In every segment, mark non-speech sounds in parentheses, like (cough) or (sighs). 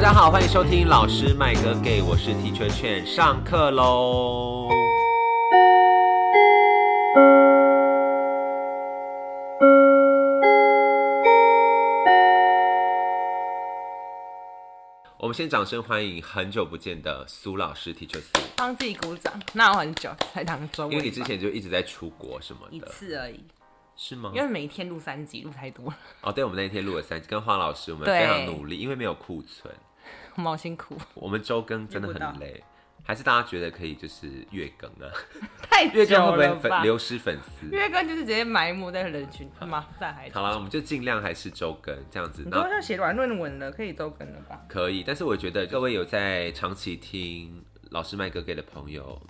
家好，欢迎收听老师麦哥给，我是 T 圈圈，上课喽。我们先掌声欢迎很久不见的苏老师 Teacher 苏，帮自己鼓掌，那我很久才当周因为围你之前就一直在出国什么一的，次而已，是吗因？为每天录三集，录太多了，哦，对，我们那天录了三集，跟花老师我们对非常努力，因为没有库存，我们好辛苦，我们周更真的用不很到累。还是大家觉得可以就是月更啊？太月更会久不了会吧粉？流失粉丝？月更就是直接埋没在人群，嘛，在海好中。了，我们就尽量还是周更这样子。你都那要写完论文了，可以周更了吧？可以，但是我觉得各位有在长期听老师麦哥给的朋友，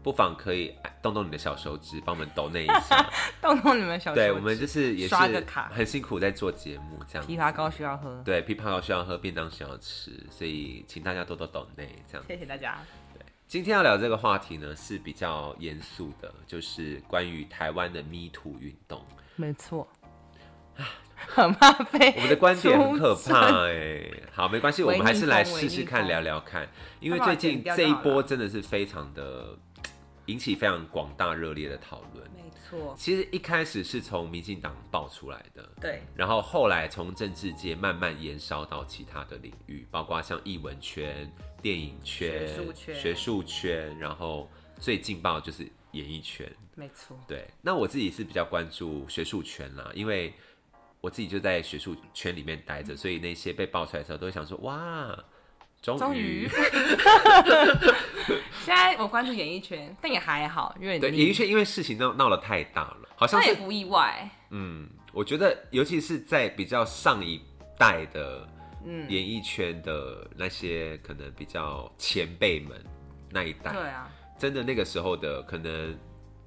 不妨可以哎动动你的小手指，帮我们抖那一 (laughs) 下。动动你们小手指对，我们就是也是刷个卡很辛苦在做节目这样子。枇杷膏需要喝，对，枇杷膏需要喝，便当需要吃，所以请大家多多抖内这样。谢谢大家。今天要聊这个话题呢是比较严肃的，就是关于台湾的 Me Too 运动。没错，很怕被我们的观点很可出征。怕哎、好，没关系，我们还是来试试看，微逆风聊聊看，因为最近这一波真的是非常的引起非常广大热烈的讨论。没错，其实一开始是从民进党爆出来的，对，然后后来从政治界慢慢延烧到其他的领域，包括像艺文圈、电影圈、学术圈学术圈然后最劲爆就是演艺圈。没错，对，那我自己是比较关注学术圈啦，因为我自己就在学术圈里面待着，所以那些被爆出来的时候，都会想说哇，终于终于。 (laughs) (laughs) 现在我关注演艺圈，但也还好，因为对你演艺圈因为事情闹闹得太大了，好像那也是不意外。嗯，我觉得尤其是在比较上一代的嗯演艺圈的那些可能比较前辈们那一代，对啊，真的那个时候的可能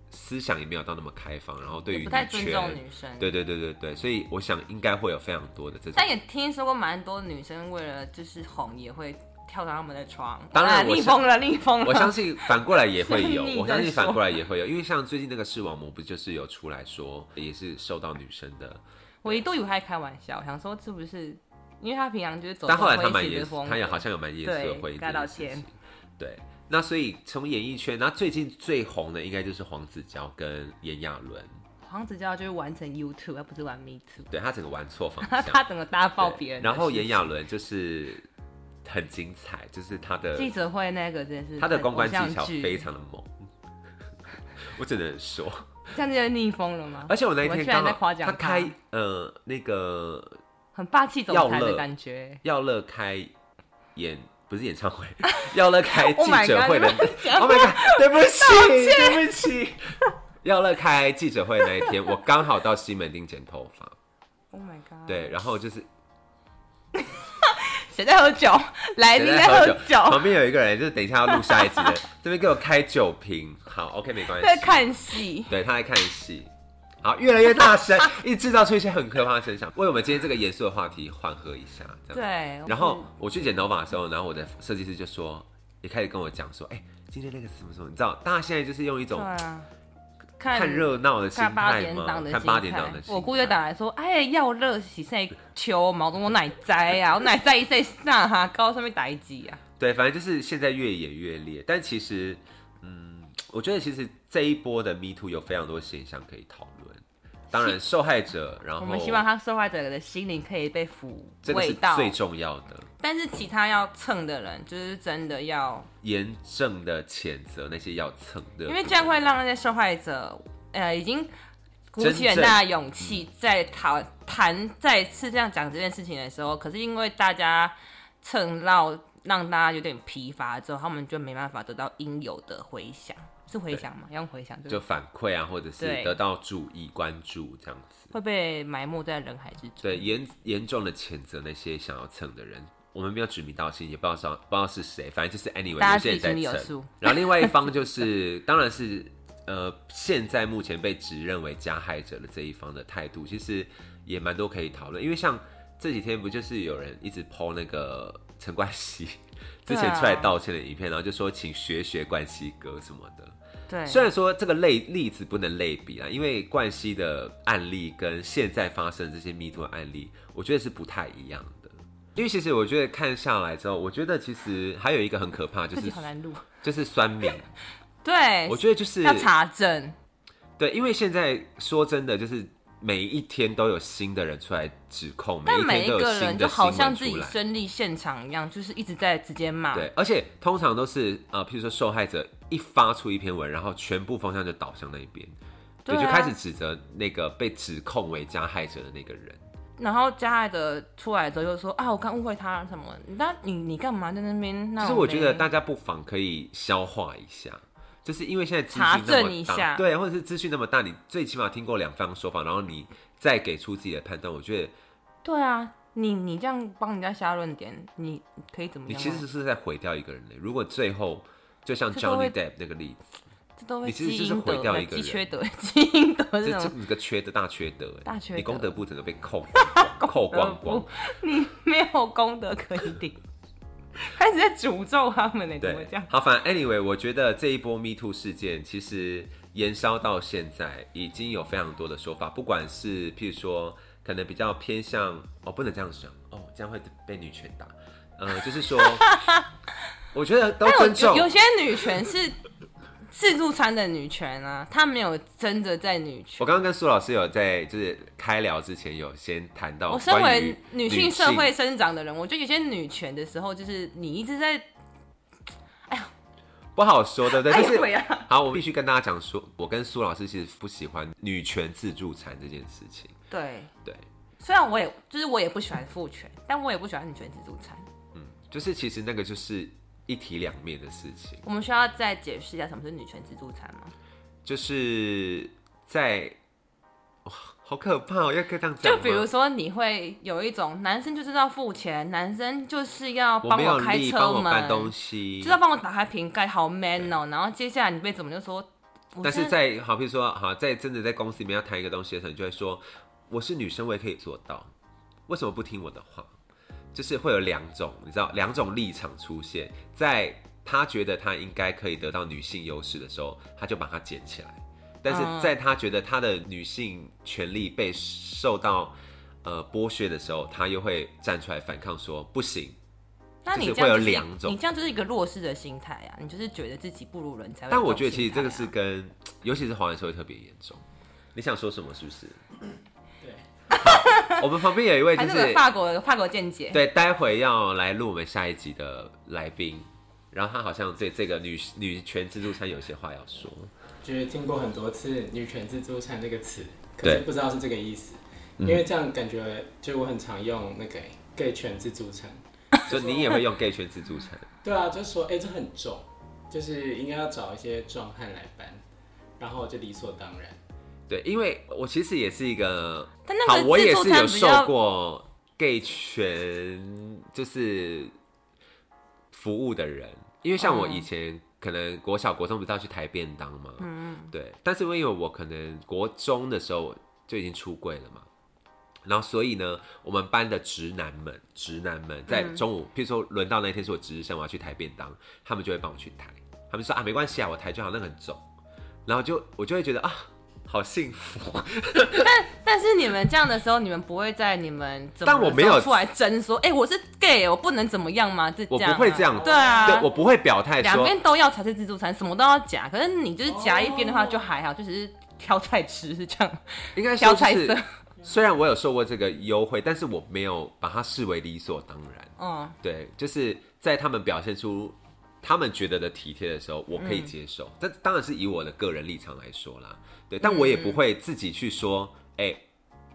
思想也没有到那么开放，然后对于也不太女尊权重女生。对对对对对，所以我想应该会有非常多的这种。但也听说过蛮多女生为了就是红也会跳上他们的床，当然啊我逆相风了，逆 (laughs) 风了。我相信反过来也会有 (laughs) 你在，说我相信反过来也会有，因为像最近那个视网膜不就是有出来说，也是受到女生的，我一度以为他在开玩笑，想说是不是因为他平常就是走这但种后来他诙蛮谐严的风，他也好像有蛮严肃的对回应该这道件事歉情。对，那所以从演艺圈，那最近最红的应该就是黄子佼跟炎亚纶，黄子佼就是完成 U two，而不是玩 Me too，对他整个玩错方他向 (laughs) 他，整个搭爆对别人的然后事炎亚纶就是很精彩，就是他 (laughs) 的记者会那个真的是他的公关技很偶巧像剧非，常的猛， (laughs) 我只能说。这样就逆风了吗？而且我那一哦我天们居然刚在好夸奖他他开呃那个很霸气总耀裁乐的感觉。耀乐开演不是演唱会， (laughs) 耀乐开记 (laughs) Oh my 者会的 God，你们 Oh my god！对 (laughs) 不起，对不起。耀乐开记者会那一天，我刚好到西门町剪头发， Oh my god！，对，然后就是谁在喝酒？来宾在哎在喝酒，酒，旁边有一个人就是等一下要录下一集的，这边给我开酒瓶，好，OK，没关在系，看戏。对，他在看戏。好，越来越大声，一制造出一些很可怕的声响，为我们今天这个严肃的话题缓和一下，这样。对，然后我去剪头发的时候，然后我的设计师就说，也开始跟我讲说，哎、今天那个什么什么，你知道，大家现在就是用一对种啊，看热闹的心看八态点嘛档，的看八点档的心态。我姑就打来说，哎，要热洗晒秋毛东我奶摘啊，我奶摘一晒上啊哈，高上面打一记啊，对，反正就是现在越演越烈。但其实，嗯，我觉得其实这一波的 Me Too 有非常多现象可以讨论。当然，受害者，然后我们希望他受害者的心灵可以被抚哦这个慰是到，最重要的，但是其他要蹭的人，就是真的要，严正的谴责那些要蹭的，因为这样会让那些受害者，呃，已经鼓起真很正大的勇气在讨谈再次这样讲这件事情的时候，可是因为大家蹭到让大家有点疲乏之后，他们就没办法得到应有的回响，是回响吗？要用回响对就吧反馈啊，或者是对得到注意、关注这样子。会被埋没在人海之中。对，严严重的谴责那些想要蹭的人。我们没有指名道姓，也不知道是不知道是谁，反正就是 anyway，大家有些人自己心里有在蹭数。 (laughs) 然后另外一方就是，当然是呃，现在目前被指认为加害者的这一方的态度，其实也蛮多可以讨论。因为像这几天不就是有人一直 PO 那个陈冠希 (laughs) 之前对啊出来道歉的影片，然后就说请学学冠希哥什么的。对，虽然说这个类例子不能类比啦，因为冠希的案例跟现在发生的这些 Me Too 的案例，我觉得是不太一样的。因为其实我觉得看下来之后，我觉得其实还有一个很可怕，就自己是好难录。就是酸 (laughs) 民，对我，觉得就是要查证，对，因为现在说真的，就是每一天都有新的人出来指控，每但一每天一都有个新人的就好新像闻自出己啊来。身历现场一样，就是一直在直接骂。对，而且通常都是呃，譬如说受害者一发出一篇文，然后全部风向就倒向那一边，对就啊开始指责那个被指控为加害者的那个人。然后加害者出来之后就说啊，我刚误会他什么？那你你干嘛在那边闹其呗？实我觉得大家不妨可以消化一下，就是因为现在资讯查那么证一大下对，或者是资讯那么大，你最起码听过两方说法，然后你再给出自己的判断，我觉得对啊，你你这样帮人家下论点，你可以怎么你样吗？其实是在毁掉一个人的。如果最后就像这都 Johnny 会 Depp 那个例子，这都会你其实基就是因毁德掉呃一个基人缺德， (laughs) 基因德是这什这么？你个缺德大缺德，哎大缺你功德德簿整个被 (laughs) 扣光光扣光光。没有功德可以顶， (laughs) 开始在诅咒他们欸呢？怎么对这样，？好，反正 anyway，我觉得这一波 Me Too 事件其实延烧到现在，已经有非常多的说法，不管是譬如说，可能比较偏向哦，不能这样想哦，这样会被女权打，呃，就是 (laughs) 说，我觉得都但哎我尊觉重得，有些女权是 (laughs) 自助餐的女权啊，她没有真的在女我权。刚刚跟苏老师有在就是开聊之前有先谈到，我身为女性社会生长的人，我觉得有些女权的时候，就是你一直在不好说，对不对？哎就是、呦喂啊好，我必须跟大家讲说，我跟苏老师其实不喜欢女权自助餐这件事情，对。对。虽然我也就是我也不喜欢父权，但我也不喜欢女权自助餐。就是其实那个就是一体两面的事情，我们需要再解释一下什么是女权自助餐吗？就是在哇，好可怕哦！要跟这样讲就吗比如说，你会有一种男生就是要付钱，男生就是要我帮没有开力，车帮我搬门，东西就是，要帮我打开瓶盖，好 man 哦、然后接下来你被怎么就说？我但是真的在好，比如说好，在真的在公司里面要谈一个东西的时候，你就会说我是女生，我也可以做到，为什么不听我的话？就是会有两种，你知道，两种立场出现在他觉得他应该可以得到女性优势的时候，他就把它捡起来；但是嗯在他觉得他的女性权利被受到呃剥削的时候，他又会站出来反抗说不行。那你就是这会样、就有是、两种你这样就是一个弱势的心态啊，你就是觉得自己不如人才会有种心态啊、但我觉得其实这个是跟，尤其是华人社会特别严重。你想说什么？是不是？ (laughs) 对，好我们旁边有一位就啊还是有是个法国法国见解，对，待会要来录我们下一集的来宾，然后他好像对这个女女权自助餐有些话要说。就是听过很多次“女权自助餐”这个词，可对是不知道是这个意思，因为这样感觉就我很常用那个欸 “gay 权自助餐所以你也会用 gay 圈自助餐？”，对啊，就说哎、欸这很重，就是应该要找一些壮汉来搬，然后就理所当然。对，因为我其实也是一个，但那好，我个自也助是有餐比受较过 gay 圈就是服务的人，因为像嗯我以前可能国小国中不是要去抬便当嘛，嗯，对，但是因为我可能国中的时候就已经出柜了嘛。然后，所以呢，我们班的直男们，直男们在嗯中午，譬如说轮到那天是我值日生，我要去抬便当，他们就会帮我去抬，他们说啊，没关系啊，我抬就好，那个很重。然后就我就会觉得啊，好幸福，啊但是你们这样的时候，你们不会在你们怎么但我没有的时候出来争说，哎、我是 gay，我不能怎么样吗？这我这样、不会这样，对啊，我不会表态两说，边都要才是自助餐，什么都要夹。可是你就是夹一边的话就还好，就只是挑菜吃是这样。应该说挑就菜是色， (laughs) 虽然我有受过这个优惠，但是我没有把它视为理所当然。嗯，对，就是在他们表现出他们觉得的体贴的时候，我可以接嗯受。这当然是以我的个人立场来说啦，对，但我嗯也不会自己去说，哎、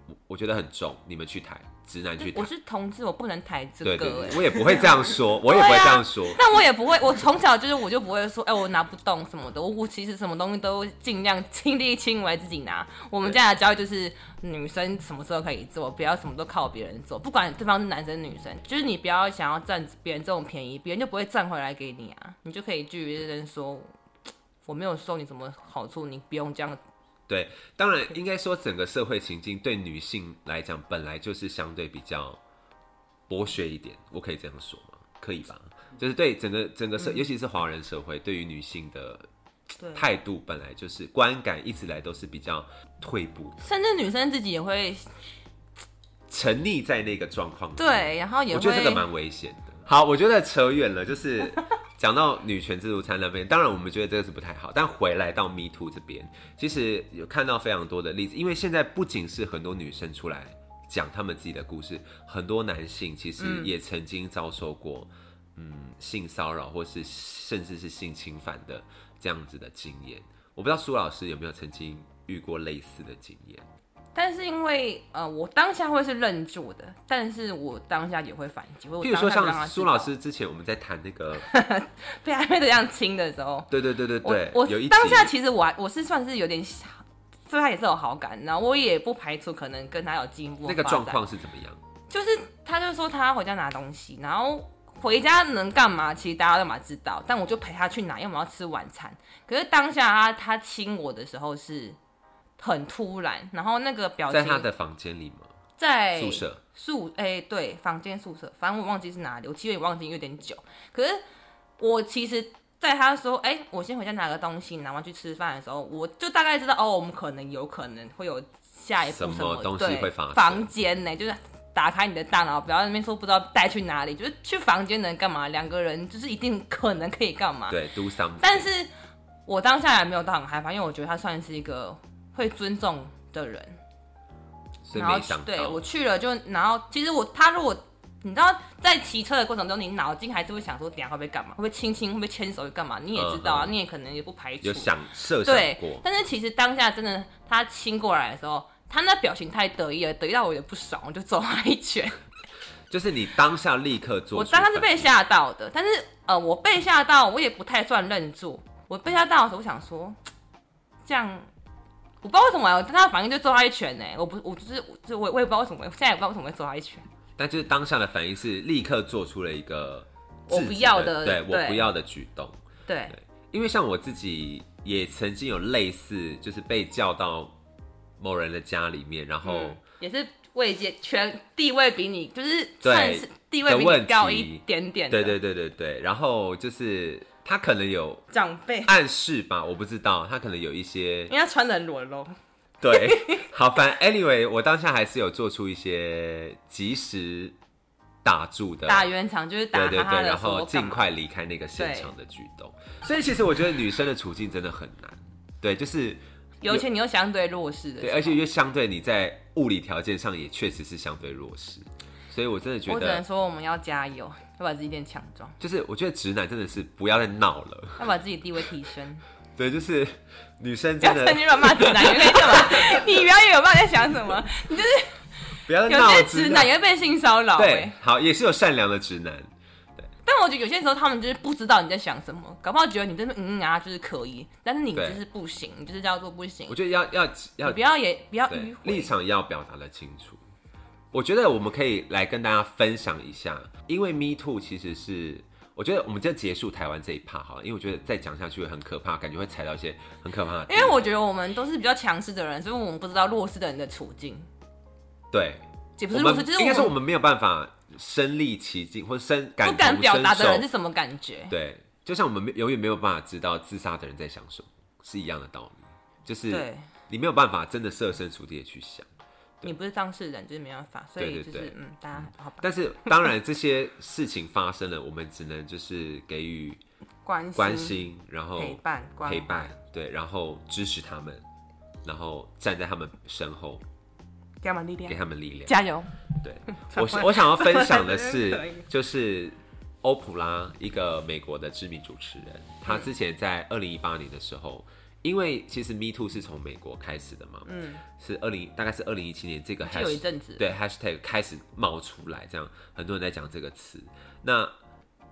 我我觉得很重，你们去抬，直男去抬哎我。是同志，我不能抬这对个、啊对欸。对，我也不会这样 (laughs) 说，我也不会这样说。但我也不会，我从小就是我就不会说，哎、我拿不动什么的。我我其实什么东西都尽量 (laughs) 亲力亲为自己拿。我们家的教育就是女生什么时候可以做，不要什么都靠别人做，不管对方是男生女生，就是你不要想要占别人这种便宜，别人就不会占回来给你啊。你就可以据理力争说，我没有收你什么好处，你不用这样。对，当然应该说整个社会情境对女性来讲本来就是相对比较剥削一点，我可以这样说吗？可以吧？就是对整个整个社，尤其是华人社会，对于女性的对态度本来就是观感一直来都是比较退步的。甚至女生自己也会沉溺在那个状况。，对，然后也我觉得这个会蛮危险的。好，我觉得扯远了，就是 (laughs) 讲到女权自助餐那边，当然我们觉得这个是不太好，但回来到 Me Too 这边，其实有看到非常多的例子，因为现在不仅是很多女生出来讲他们自己的故事，很多男性其嗯实也曾经遭受过嗯性骚扰或是甚至是性侵犯的这样子的经验。我不知道苏老师有没有曾经遇过类似的经验？但是因为呃，我当下会是愣住的，但是我当下也会反击。我譬如说当下就让他像知苏道老师之前我们在谈那个，被暧昧对象亲的时候，对对对对 (laughs) 我对，我有一集当下其实我还我是算是有点想对他也是有好感，然后我也不排除可能跟他有进一步的那个发状展况是怎么样？就是他就说他回家拿东西，然后回家能干嘛？其实大家都嘛知道，但我就陪他去拿，因为我们要吃晚餐。可是当下他他亲我的时候是很突然，然后那个表在情他的房间里吗？在宿舍？宿哎、对，房间宿舍，反正我忘记是哪里，我其实也忘记，因为有点久。可是我其实在他说哎、我先回家拿个东西，拿完去吃饭的时候，我就大概知道哦，我们可能有可能会有下一步什么么东西对会发生房间呢、就是。打开你的大脑，不要在那边说不知道带去哪里，就是去房间能干嘛？两个人就是一定可能可以干嘛？对，do something。啊但是我当下也没有到很害怕，因为我觉得他算是一个会尊重的人，所以然后没去想到，对我去了就，然后其实我他如果你知道在骑车的过程中，你脑筋还是会想说，等一下会不会干嘛？会不会亲亲？会不会牵手？会干嘛？你也知道啊，嗯嗯你也可能也不排除有。想设想对过，，但是其实当下真的他亲过来的时候，他那表情太得意了，得意到我也不爽，我就揍他一 (laughs) 拳。就是你当下立刻做。我当时是被，吓到的，但是呃，我被吓到，我也不太算愣住。我被吓到的时候，我想说，这样我不知道为什么啊，我当他反应就揍他一拳呢、我不，我就是，我就我也我也不知道为什么，现在也不知道为什么会揍他一拳。但就是当下的反应是立刻做出了一个我制止不要的，的对我对不要的举动。对，因为像我自己也曾经有类似，就是被叫到某人的家里面，然后、嗯也是位阶权地位比你就是对算是地位的比问你题高一点点的对对对对对，然后就是他可能有长 (laughs) 辈，暗示吧，我不知道，他可能有一些人家穿的裸露， (laughs) 对，好，反正 anyway，我当下还是有做出一些及时打住的，打圆场就是打对对哈哈对，的然说后干尽嘛快离开那个现场的举动。所以其实我觉得女生的处境真的很难，对，就是尤其你又相对啊弱势的时候，对，而且又相对你在物理条件上也确实是相对弱势，所以我真的觉我只能得，说我们要加油，要把自己变强壮，就是我觉得直男真的是不要再闹了，要把自己地位提升，对，就是女生不 (laughs) 要真的曾经乱骂直男，你在 (laughs) 干嘛？你不要以为我不知道你在想什么，不要再有闹些了，直男也会被性骚扰、对欸，，好，也是有善良的直男，但我觉得有些时候他们就是不知道你在想什么，搞不好觉得你这边嗯嗯啊就是可以，但是你对就是不行，你就是叫做不行我。觉得要要要你不要也不要对迂，立回。场要表达的清楚。我觉得我们可以来跟大家分享一下，因为 Me Too 其实是，我觉得我们就结束台湾这一趴好了，因为我觉得再讲下去会很可怕，感觉会踩到一些很可怕的地因方。为我觉得我们都是比较强势的人，所以我们不知道弱势的人的处境，对，也不我是弱势，们就是应该说我们们没有办法身历其境或身感不敢同表身达的人受是什么感觉。对，就像我们没永远没有办法知道自杀的人在想什么是一样的道理，就是对，你没有办法真的设身处地的去想。你不是当事人，就是没办法，所对以对就对是嗯，大家好吧，但是当然这些事情发生了，我们只能就是给予关心、关心，然后陪伴、关怀陪伴，对，然后支持他们，然后站在他们身后，给他们力给量，他们力量。加油！ (laughs) 对转我，换我想要分享的真 (laughs) 可以是，就是欧普拉，一个美国的知名主持人，他嗯之前在二零一八年的时候，因为其实 Me Too 是从美国开始的嘛，嗯，是二零大概是二零一七年这个就有 hash- 一阵子对 hashtag 开始冒出来，这样很多人在讲这个词。那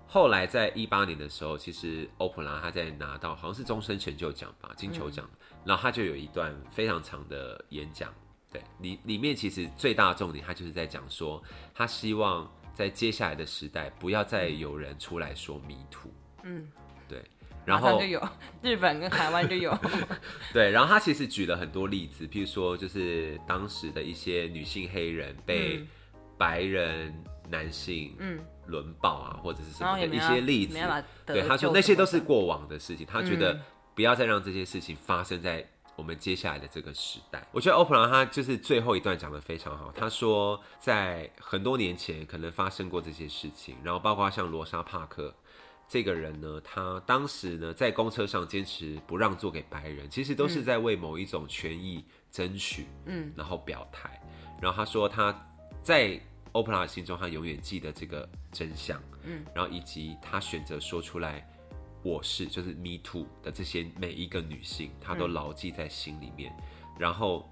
后来在一八年的时候，其实欧普拉她在拿到好像是终身成就奖吧，金球嗯奖，然后她就有一段非常长的演讲，对，里里面其实最大的重点，她就是在讲说，她希望在接下来的时代，不要再有人出来说迷途，嗯，对，然马上后就有日本跟台湾 (laughs) 就有，对，然后他其实举了很多例子，譬如说，就是当时的一些女性黑人被嗯白人男性嗯，轮暴啊，或者是什然后么也的没一办法些例子没。办法得对，他说救那些什么都是过往的事情，他觉得嗯不要再让这些事情发生在我们接下来的这个时代。我觉得 Oprah 她就是最后一段讲的非常好，她说在很多年前可能发生过这些事情，然后包括像罗莎帕克。这个人呢，他当时呢在公车上坚持不让座给白人，其实都嗯是在为某一种权益争取，嗯，然后表态。然后他说他在 Oprah 心中，他永远记得这个真相，嗯，然后以及他选择说出来我是就是 Me Too 的这些每一个女性，她都牢记在心里面。然后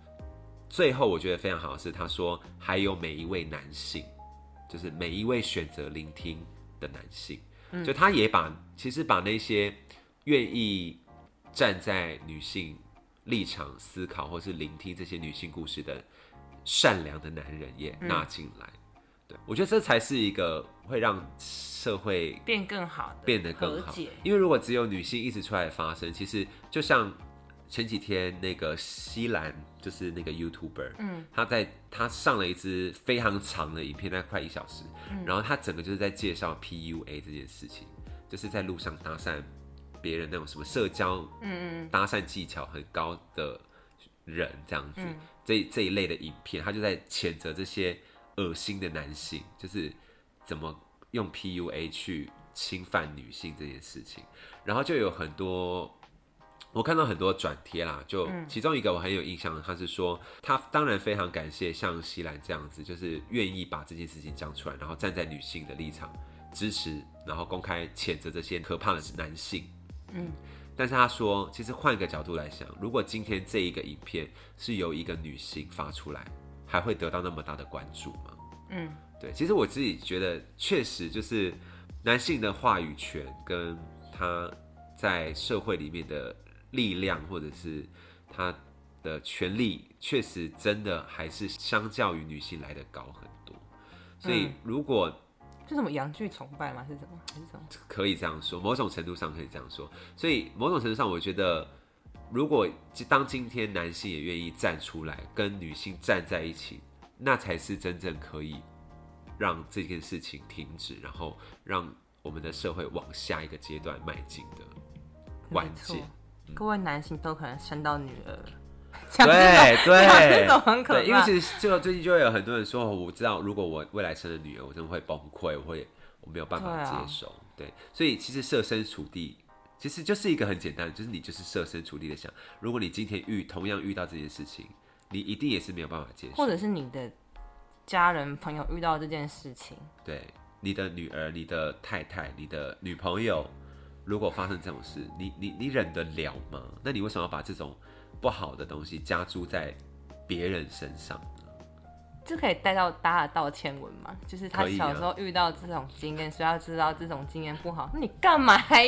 最后我觉得非常好的是，他说还有每一位男性，就是每一位选择聆听的男性。就他也把其实把那些愿意站在女性立场思考，或是聆听这些女性故事的善良的男人也纳进来。对我觉得这才是一个会让社会变更好的，变得更和好解。因为如果只有女性一直出来发声，其实就像前几天那个西兰，就是那个 YouTuber，嗯，他在他上了一支非常长的影片，大概快一小时，然后他整个就是在介绍 PUA 这件事情，就是在路上搭讪别人那种什么社交，嗯，搭讪技巧很高的人这样子，这这一类的影片，他就在谴责这些恶心的男性，就是怎么用 PUA 去侵犯女性这件事情，然后就有很多。我看到很多转贴啦，就其中一个我很有印象的，他是说他当然非常感谢像西兰这样子，就是愿意把这件事情讲出来，然后站在女性的立场支持，然后公开谴责这些可怕的男性。但是他说，其实换一个角度来想，如果今天这一个影片是由一个女性发出来，还会得到那么大的关注吗？嗯，对，其实我自己觉得，确实就是男性的话语权跟他在社会里面的力量，或者是他的权利，确实真的还是相较于女性来的高很多。所以，如果是什么洋剧崇拜吗？是什么？还是什么？可以这样说，某种程度上可以这样说。所以某种程度上，我觉得，如果当今天男性也愿意站出来，跟女性站在一起，那才是真正可以让这件事情停止，然后让我们的社会往下一个阶段迈进的关键没。错各位男性都可能生到女儿， (laughs) 讲对这种讲对，这种很可怕，对因为其实就最近就会有很多人说，哦我知道如果我未来生了女儿，我真的会崩溃，我会我没有办法对接啊受。对，所以其实设身处地，其实就是一个很简单的，就是你就是设身处地的想，如果你今天遇同样遇到这件事情，你一定也是没有办法接受或。者是你的家人朋友遇到这件事情，对，你的女儿、你的太太、你的女朋友，如果发生这种事，你你你忍得了吗？那你为什么要把这种不好的东西加诸在别人身上？就可以带到搭的道歉文嘛，就是他可以啊小时候遇到这种经验，所以他知道这种经验不好，那你干嘛还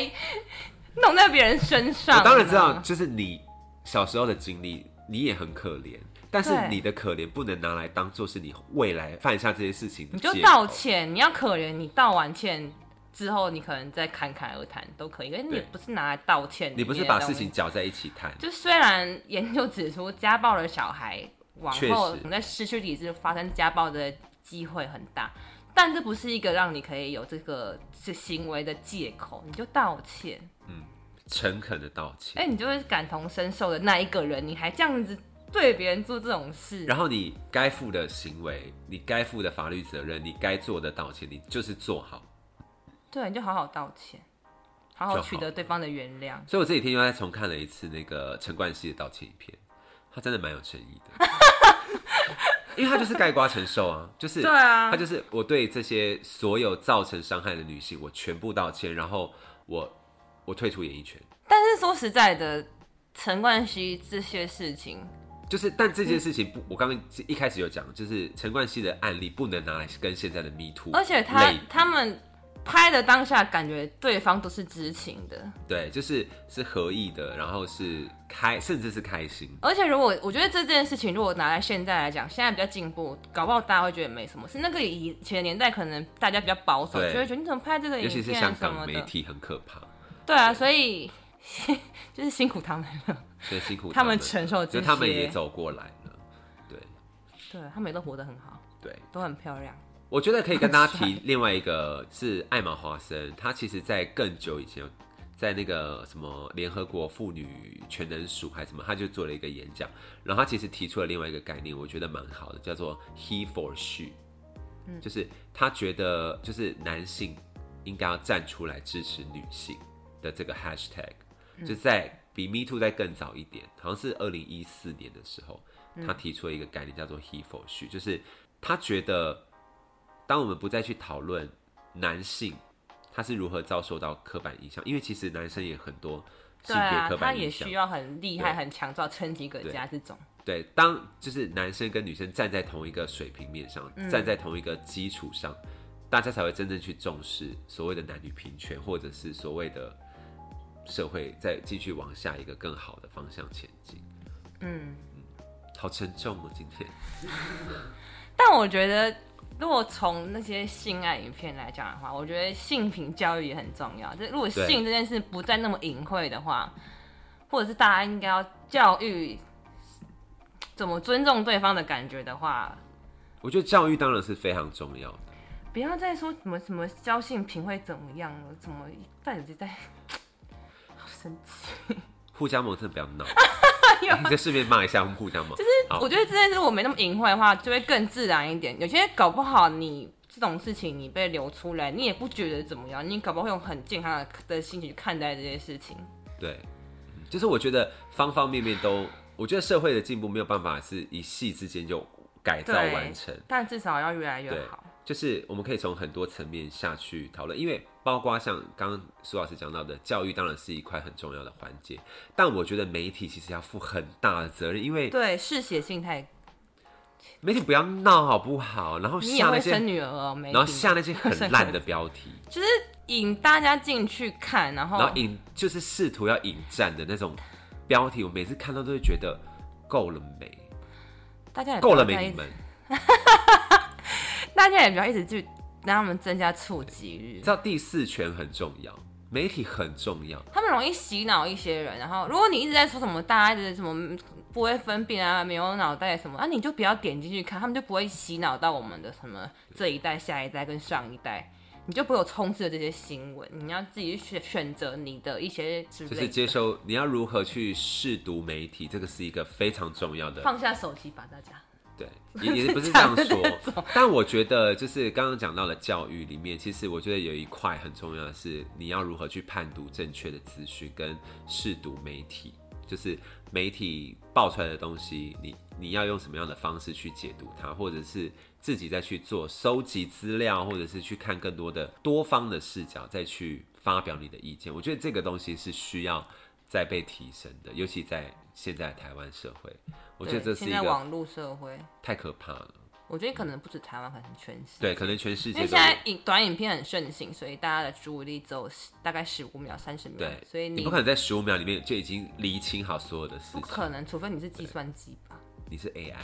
弄在别人身上？我当然知道，，就是你小时候的经历，你也很可怜，但是对你的可怜不能拿来当做是你未来犯下这些事情的你就借口道。歉，你要可怜，你道完歉之后，你可能再侃侃而谈都可以，可是你对不是拿来道歉里面你的不东西，是把事情搅在一起谈，就虽然研究指出，家暴的小孩往确后实在失去理智发生家暴的机会很大，但这不是一个让你可以有这个这行为的借口，你就道歉。诚恳的道歉。哎、你就会感同身受的那一个人，你还这样子对别人做这种事，然后你该负的行为，你该负的法律责任，你该做的道歉，你就是做好。对，你就好好道歉，好好就好取得对方的原谅。所以我这几天又再重看了一次那个陈冠希的道歉影片，他真的蛮有诚意的， (laughs) 因为他就是盖瓜承受啊，就是对啊他就是我对这些所有造成伤害的女性，我全部道歉，然后我我退出演艺圈，但是说实在的，陈冠希这些事情，就是但这件事情不，我刚刚一开始有讲，就是陈冠希的案例不能拿来跟现在的 Me Too，而且他类比他们拍的当下，感觉对方都是知情的。对，就是是合意的，然后是开，甚至是开心的。而且如果我觉得这件事情，如果拿来现在来讲，现在比较进步，搞不好大家会觉得没什么事。那个以前的年代，可能大家比较保守，对就会觉得你怎么拍这个尤影其是片香什港么媒的。体很可怕，对啊，所以就是辛苦他们 (laughs) 了，所以辛苦他们了承受这就些，他们也，走过来了。对对他们也都活得很好，对，都很漂亮。我觉得可以跟大家提另外一个是艾玛华森，她其实在更久以前有在那个什么联合国妇女全能署还是什么，他就做了一个演讲，然后他其实提出了另外一个概念，我觉得蛮好的，叫做 “he for she”，就是他觉得就是男性应该要站出来支持女性的这个 hashtag，、就嗯在比 Me Too 在更早一点，好像是二零一四年的时候，嗯他提出了一个概念叫做 “he for she”，就是他觉得当我们不再去讨论男性他是如何遭受到刻板印象，因为其实男生也很多性对别啊刻，他板也印象需。要很厉害、对很强壮、撑起个家这种。对，当就是男生跟女生站在同一个水平面上，嗯站在同一个基础上，大家才会真正去重视所谓的男女平权，或者是所谓的社会再继续往下一个更好的方向前进。嗯，好沉重哦，今天。但我觉得，如果从那些性爱影片来讲的话，我觉得性平教育也很重要。就如果对性这件事不再那么隐晦的话，或者是大家应该要教育怎么尊重对方的感觉的话，我觉得教育当然是非常重要的，不要再说什么什么教性平会怎么样了，怎么到底在 (sighs) 好哦生气。互加盟真的不要 (laughs) 闹。你就顺便骂一下我们互加盟，就是我觉得这件事如果没那么隐晦的话，就会更自然一点。有些搞不好你这种事情你被流出来，你也不觉得怎么样，你搞不好会用很健康的的心情去看待这些事情。对，嗯就是我觉得方方面面都，我觉得社会的进步没有办法是一夕之间就改造对完成。但至少要越来对越好。就是我们可以从很多层面下去讨论，因为包括像刚刚苏老师讲到的，教育当然是一块很重要的环节，但我觉得媒体其实要负很大的责任，因为对，嗜血性太，媒体不要闹好不好，然后你也下那会些，生女儿哦，没？然后下那些 (laughs) 很烂的标题，就是引大家进去看，然后然后引就是试图要引战的那种标题，我每次看到都会觉得够了没，大家也不够要了再没一你直们。大家也不要一直去让他们增加触及率你知。道第四权很重要，媒体很重要，他们容易洗脑一些人，然后如果你一直在说什么大家的什么不会分辨啊、没有脑袋什么，那、你就不要点进去看，他们就不会洗脑到我们的什么这一代、下一代跟上一代，你就不会有充斥的这些新闻，你要自己去选选择你的一些之类就的，是接收你要如何去试读媒体，这个是一个非常重要的。放下手机吧，大家。 (laughs) 对，也也不是这样讲得说，但我觉得就是刚刚讲到的教育里面，其实我觉得有一块很重要的是，你要如何去判读正确的资讯跟试读媒体，就是媒体爆出来的东西，你你要用什么样的方式去解读它，或者是自己再去做收集资料，或者是去看更多的多方的视角，再去发表你的意见。我觉得这个东西是需要再被提升的，尤其在现在的台湾社会，我觉得对这是现一在个网络社会，太可怕了。我觉得可能不止台湾，可能全世界。对，可能全世因界为都现有在影短影片很盛行，所以大家的注意力只有10大概十五秒、三十秒对，，所以你不可能在十五秒里面就已经厘清好所有的事不情，可能，除非你是计算机吧？你是 AI，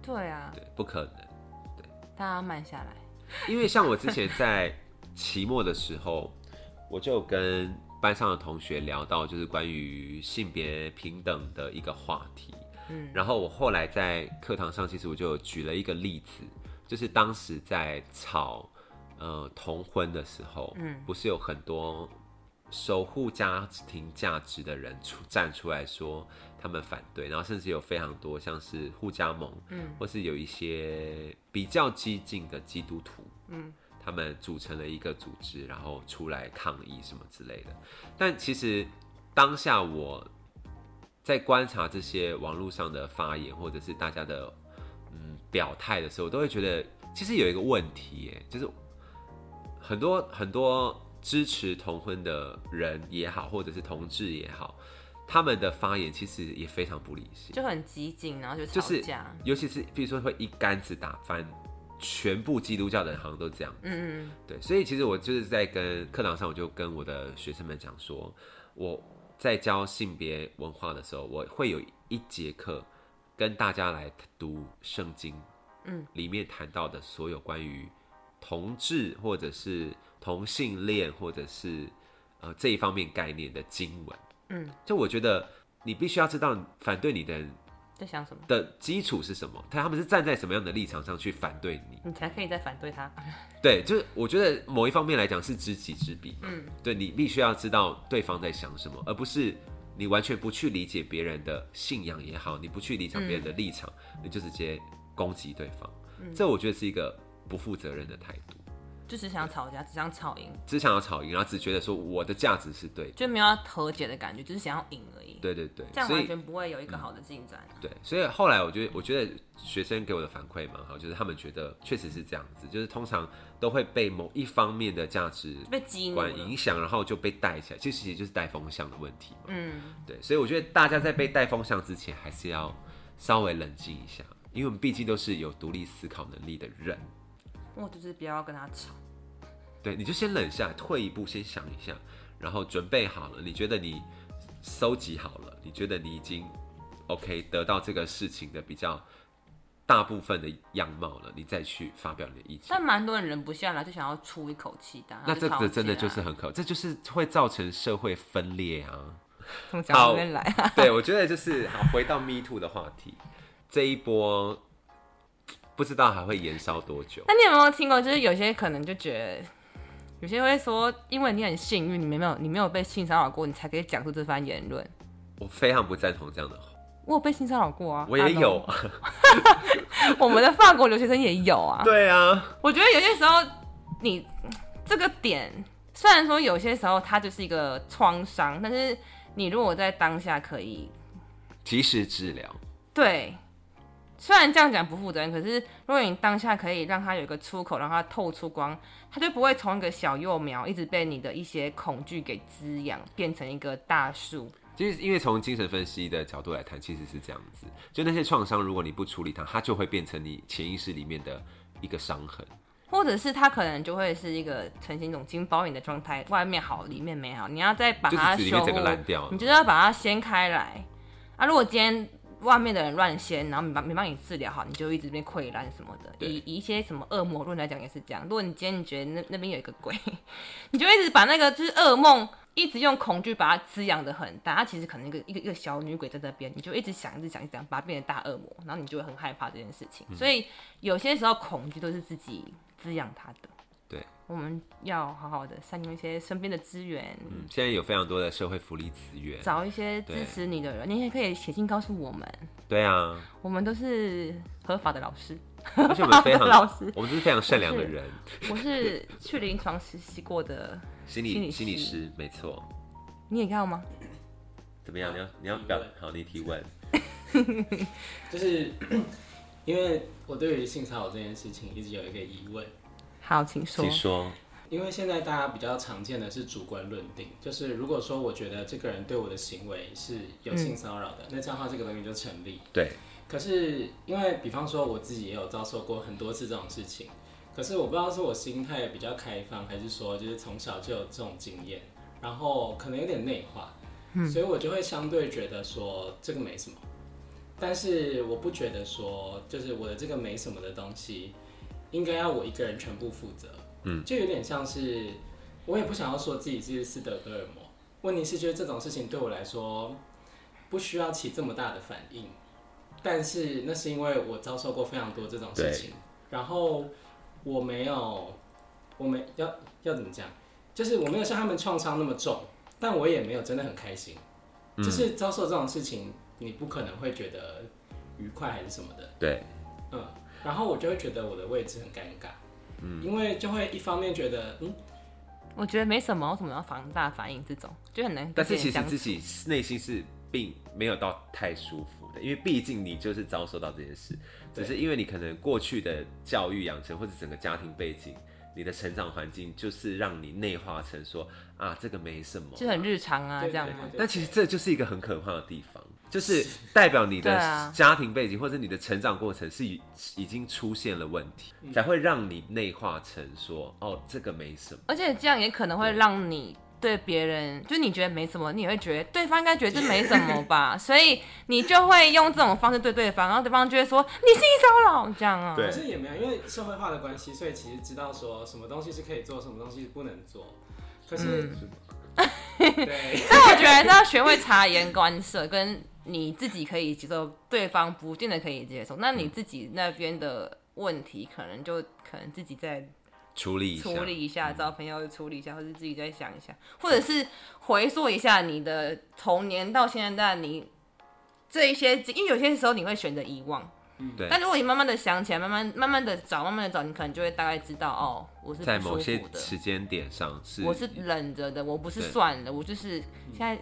对啊，对，不可能。大家慢下来。因为像我之前在期末的时候，我就跟班上的同学聊到，就是关于性别平等的一个话题。嗯，然后我后来在课堂上，其实我就举了一个例子，就是当时在吵呃同婚的时候，嗯，不是有很多守护家庭价值的人出站出来说他们反对，然后甚至有非常多像是护家盟，嗯，或是有一些比较激进的基督徒，嗯，他们组成了一个组织，然后出来抗议什么之类的。但其实当下我在观察这些网络上的发言，或者是大家的嗯表态的时候，我都会觉得其实有一个问题耶，就是很多很多支持同婚的人也好，或者是同志也好，他们的发言其实也非常不理性，就很激进，然后就就吵是架。尤其是比如说会一竿子打翻，全部基督教的人好像都这样。嗯嗯对，所以其实我就是在跟课堂上，我就跟我的学生们讲说，我在教性别文化的时候，我会有一节课跟大家来读圣经，嗯，里面谈到的所有关于同志或者是同性恋或者是呃这一方面概念的经文，嗯，就我觉得你必须要知道反对你的人在想什么？的基础是什么？他他们是站在什么样的立场上去反对你？你才可以再反对他。对，就是我觉得某一方面来讲是知己知彼嘛，嗯对你必须要知道对方在想什么，而不是你完全不去理解别人的信仰也好，你不去理解别人嗯的立场，你就直接攻击对方，这我觉得是一个不负责任的态度，就只想吵架，只想吵赢，只想要吵赢，然后只觉得说我的价值是对的，就没有要和解的感觉，就是想要赢而已。对对对，这样所完以全不会有一个好的进展。啊对，所以后来我觉得，我觉得学生给我的反馈蛮好，就是他们觉得确实是这样子，就是通常都会被某一方面的价值被激怒管了影响，然后就被带起来，其实其实就是带风向的问题嘛。嗯，对，所以我觉得大家在被带风向之前，还是要稍微冷静一下，因为我们毕竟都是有独立思考能力的人。嗯我就是不要跟他吵。对，你就先冷下，退一步，先想一下，然后准备好了，你觉得你收集好了，你觉得你已经 OK 得到这个事情的比较大部分的样貌了，你再去发表你的意见。但蛮多人忍不下来，就想要出一口气的。那然后这吵个真的起就来是很可，这就是会造成社会分裂啊。从讲好这边来啊，对，我觉得就是好，回到 Me Too 的话题，这一波不知道还会延烧多久。 (laughs) 那你有没有听过？就是有些可能就觉得，有些会说，因为你很幸运，你没有你没有被性骚扰过，你才可以讲出这番言论。我非常不赞同这样的话，我有被性骚扰过啊，我也有。 Hello，我们的法国留学生也有 (laughs) 啊。对啊，我觉得有些时候你这个点，虽然说有些时候它就是一个创伤，但是你如果在当下可以及时治疗，对，虽然这样讲不负责任，可是如果你当下可以让它有一个出口，让它透出光，它就不会从一个小幼苗一直被你的一些恐惧给滋养，变成一个大树。其实因为从精神分析的角度来谈，其实是这样子，就那些创伤，如果你不处理它，它就会变成你潜意识里面的一个伤痕。或者是它可能就会是一个呈现一种金包银的状态，外面好，里面没好。你要再把它就是指里修面护整个烂掉了你就是要把它掀开来。啊，如果今天外面的人乱掀，然后没帮没帮你治疗好，你就一直被溃烂什么的。对以以一些什么恶魔论来讲也是这样。如果你今天你觉得那那边有一个鬼，你就一直把那个就是噩梦，一直用恐惧把它滋养的很大。它其实可能一个一个一个小女鬼在那边，你就一直想，一直想，一直想，把它变成大恶魔，然后你就会很害怕这件事嗯情。所以有些时候恐惧都是自己滋养它的。对，我们要好好的善用一些身边的资源，嗯，现在有非常多的社会福利资 (laughs) 源。找一些对支持你的人。你也可以写信告诉我们，对啊，我们都是合法的老师。而且我们非 (laughs) (laughs) 老常师，我们是非常善良的人，我是去临床实习过的，心心理理心理师师，没错。你也要吗？怎么样？你要你要提表问好，你提问。就是 (coughs) 因为我对于性骚扰这件事情一直有一个疑问，好，请说请。说。因为现在大家比较常见的是主观论定，就是如果说我觉得这个人对我的行为是有性骚扰的，那这样的话这个东西就成立。对，可是因为比方说我自己也有遭受过很多次这种事情，可是我不知道是我心态比较开放，还是说就是从小就有这种经验，然后可能有点内化，所以我就会相对觉得说这个没什么。但是我不觉得说就是我的这个没什么的东西，应该要我一个人全部负责。嗯，就有点像是我也不想要说自己是斯德哥尔摩，问题是就是这种事情对我来说不需要起这么大的反应。但是那是因为我遭受过非常多这种事情，然后我没有，我没要要怎么讲，就是我没有像他们创伤那么重，但我也没有真的很开心，就是遭受这种事情，你不可能会觉得愉快还是什么的，对，嗯，然后我就会觉得我的位置很尴尬，嗯，因为就会一方面觉得，嗯，我觉得没什么，为什么要防大反应这种，就很难跟但是别其人实相处。自己内心是并没有到太舒服的，因为毕竟你就是遭受到这件事，只对是因为你可能过去的教育养成或者整个家庭背景。你的成长环境就是让你内化成说啊，这个没什么啊，就很日常啊，对这样对吗？对但其实这就是一个很可怕的地方，就是代表你对的啊家庭背景或者你的成长过程是已已经出现了问题，嗯才会让你内化成说哦，这个没什么。而且这样也可能会让你对别人，就你觉得没什么，你也会觉得对方应该觉得这没什么 (laughs) 吧，所以你就会用这种方式对对方，然后对方就会说你性骚扰这样啊。对可是也没有，因为社会化的关系，所以其实知道说什么东西是可以做，什么东西是不能做，可是，对。 (laughs) 但我觉得还是要学会察言观色，跟你自己可以接受，对方不见得可以接受。那你自己那边的问题，可能就可能自己再处理一下，处理一下，找朋友处理一下，或者自己再想一下，或者是回溯一下你的童年到现在，你这一些，因为有些时候你会选择遗忘。对但如果你慢慢的想起来，慢慢慢慢的找，慢慢的找，你可能就会大概知道哦，我是在不某舒些服的时间点上是，我是忍着的，我不是对算了，我就是现在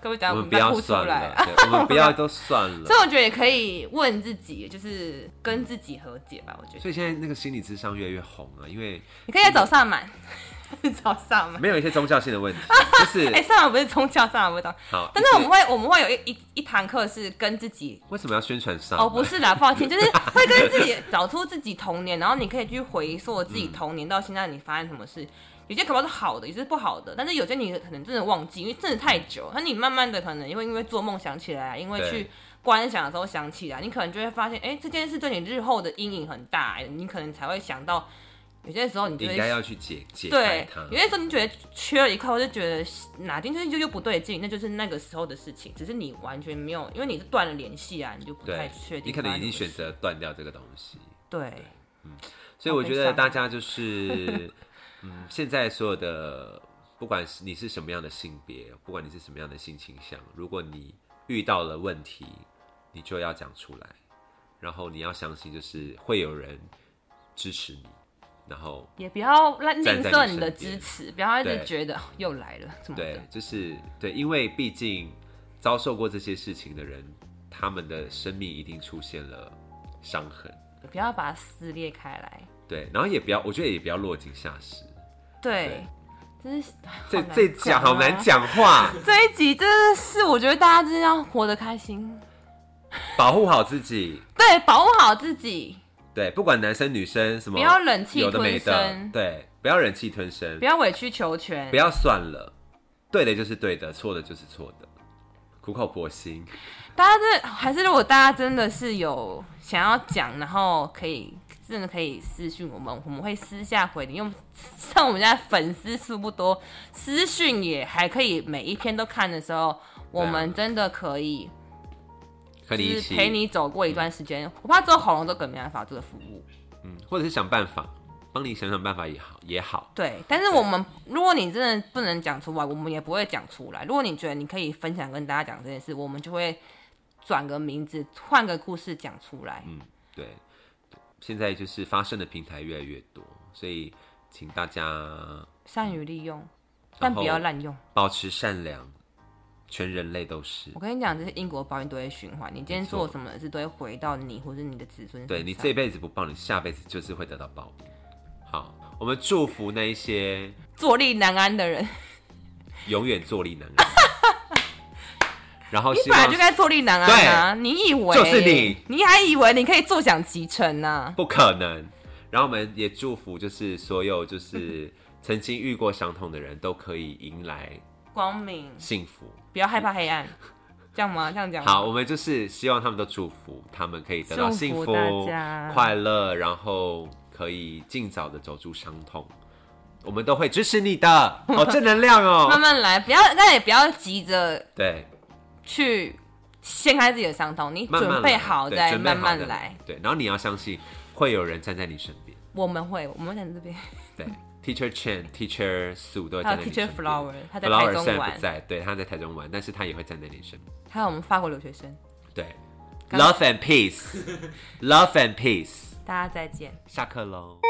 各位讲，我我们们不不要要哭出算来啊了，，对我们不 (laughs) 要都算了所。以我觉得也可以问自己，就是跟自己和解吧。我觉得所以现在那个心理智商越来越红啊，因为你可以在早上满， (laughs) 早上满。没有一些宗教性的 (laughs) 问题，就是哎、上满不是宗教，上满不是宗教。好，但是我们会，我们会有一一一堂课是跟自己，为什么要宣传上？哦，不，是啦，抱歉，就是 (laughs) 嗯会跟自己找出自己童年，然后你可以去回溯自己童年到现在你发生什么事。有些可能是好的，有些是不好的，但是有些你可能真的忘记，因为真的太久了。那你慢慢的可能因为因为做梦想起来啊，因为对去观想的时候想起来，你可能就会发现，哎、这件事对你日后的阴影很大、哎你可能才会想到，有些时候你就应会该要去解解开对它，。有些时候你觉得缺了一块，或者觉得哪天就是就又不对劲，那就是那个时候的事情，只是你完全没有，因为你是断了联系啊，你就不太对确，定。你可能已经选。择断掉这个东西，对，所以我觉好悲得伤大家就是，嗯，现在所有的，不管是你是什么样的性别，不管你是什么样的性倾向，如果你遇到了问题，你就要讲出来，然后你要相信，就是会有人支持你，然后也不要吝站吝在啬你你的身边支持，不要一直对觉得哦又来了怎么的对。，就是对，因为毕竟遭受过这些事情的人，他们的生命一定出现了伤痕，也不要把它撕裂开来。对，然后也不要，我觉得也不要落井下石，对，真是这好难这讲好啊难。讲话，这一集真的是，我觉得大家真的要活得开心，保护好自己，对，保护好自己，对，不管男生女生什么，不要忍气有的没吞的声，对，不要忍气吞声不，要委曲求全，不要算了，对的就是对的，错的就是错的，苦口婆心，大家这还是如果大家真的是有想要讲，然后可以真的可以私讯我们，我们会私下回你。因为像我们家粉丝数不多，私讯也还可以，每一篇都看的时候，我们真的可以和你一就是起陪你走过一段时间。我怕之后喉咙都梗没办法这个服务。嗯，或者是想办法，帮你想想办法也好，也好，对，但是我们如果你真的不能讲出来，我们也不会讲出来。如果你觉得你可以分享跟大家讲这件事，我们就会转个名字，换个故事讲出来。嗯，对，现在就是发声的平台越来越多，所以请大家善于利用，然但后不要滥用。保持善良，全人类都是我。跟你讲，这是因果报应都会循环。你今天没错做什么事，都会回到你或是你的子孙身上。对你这辈子不报，你下辈子就是会得到报应。好，我们祝福那一些坐立难安的人，哦永远坐立难安。然后你希本来望就该坐立难安啊！你以为就是你，你还以为你可以坐享其成啊呢、不可能。然后我们也祝福，就是所有就是曾经遇过伤痛的人都可以迎来光明，幸福。不要害怕黑暗，这样吗？这样讲吗好，我们就是希望他们都祝福，他们可以得到祝福幸福、大家快乐，然后可以尽早的走出伤痛。我们都会支持你的，好正能量慢哦。慢来，不要，但也不要急着对，去掀开自己的伤痛，你慢慢准备来好对再准备好慢慢再来。对，然后你要相信会有人站在你身边。我们会，我们会在这边。对，Teacher Chen、Teacher Su 都会嗯还站在有你 Teacher 身边。 Flower，他在 Flower 台中虽然玩不在，对，他在台中玩，但是他也会站在你身边。还有我们法国留学生，对刚，Love and Peace，Love and Peace，大家再见。下课喽。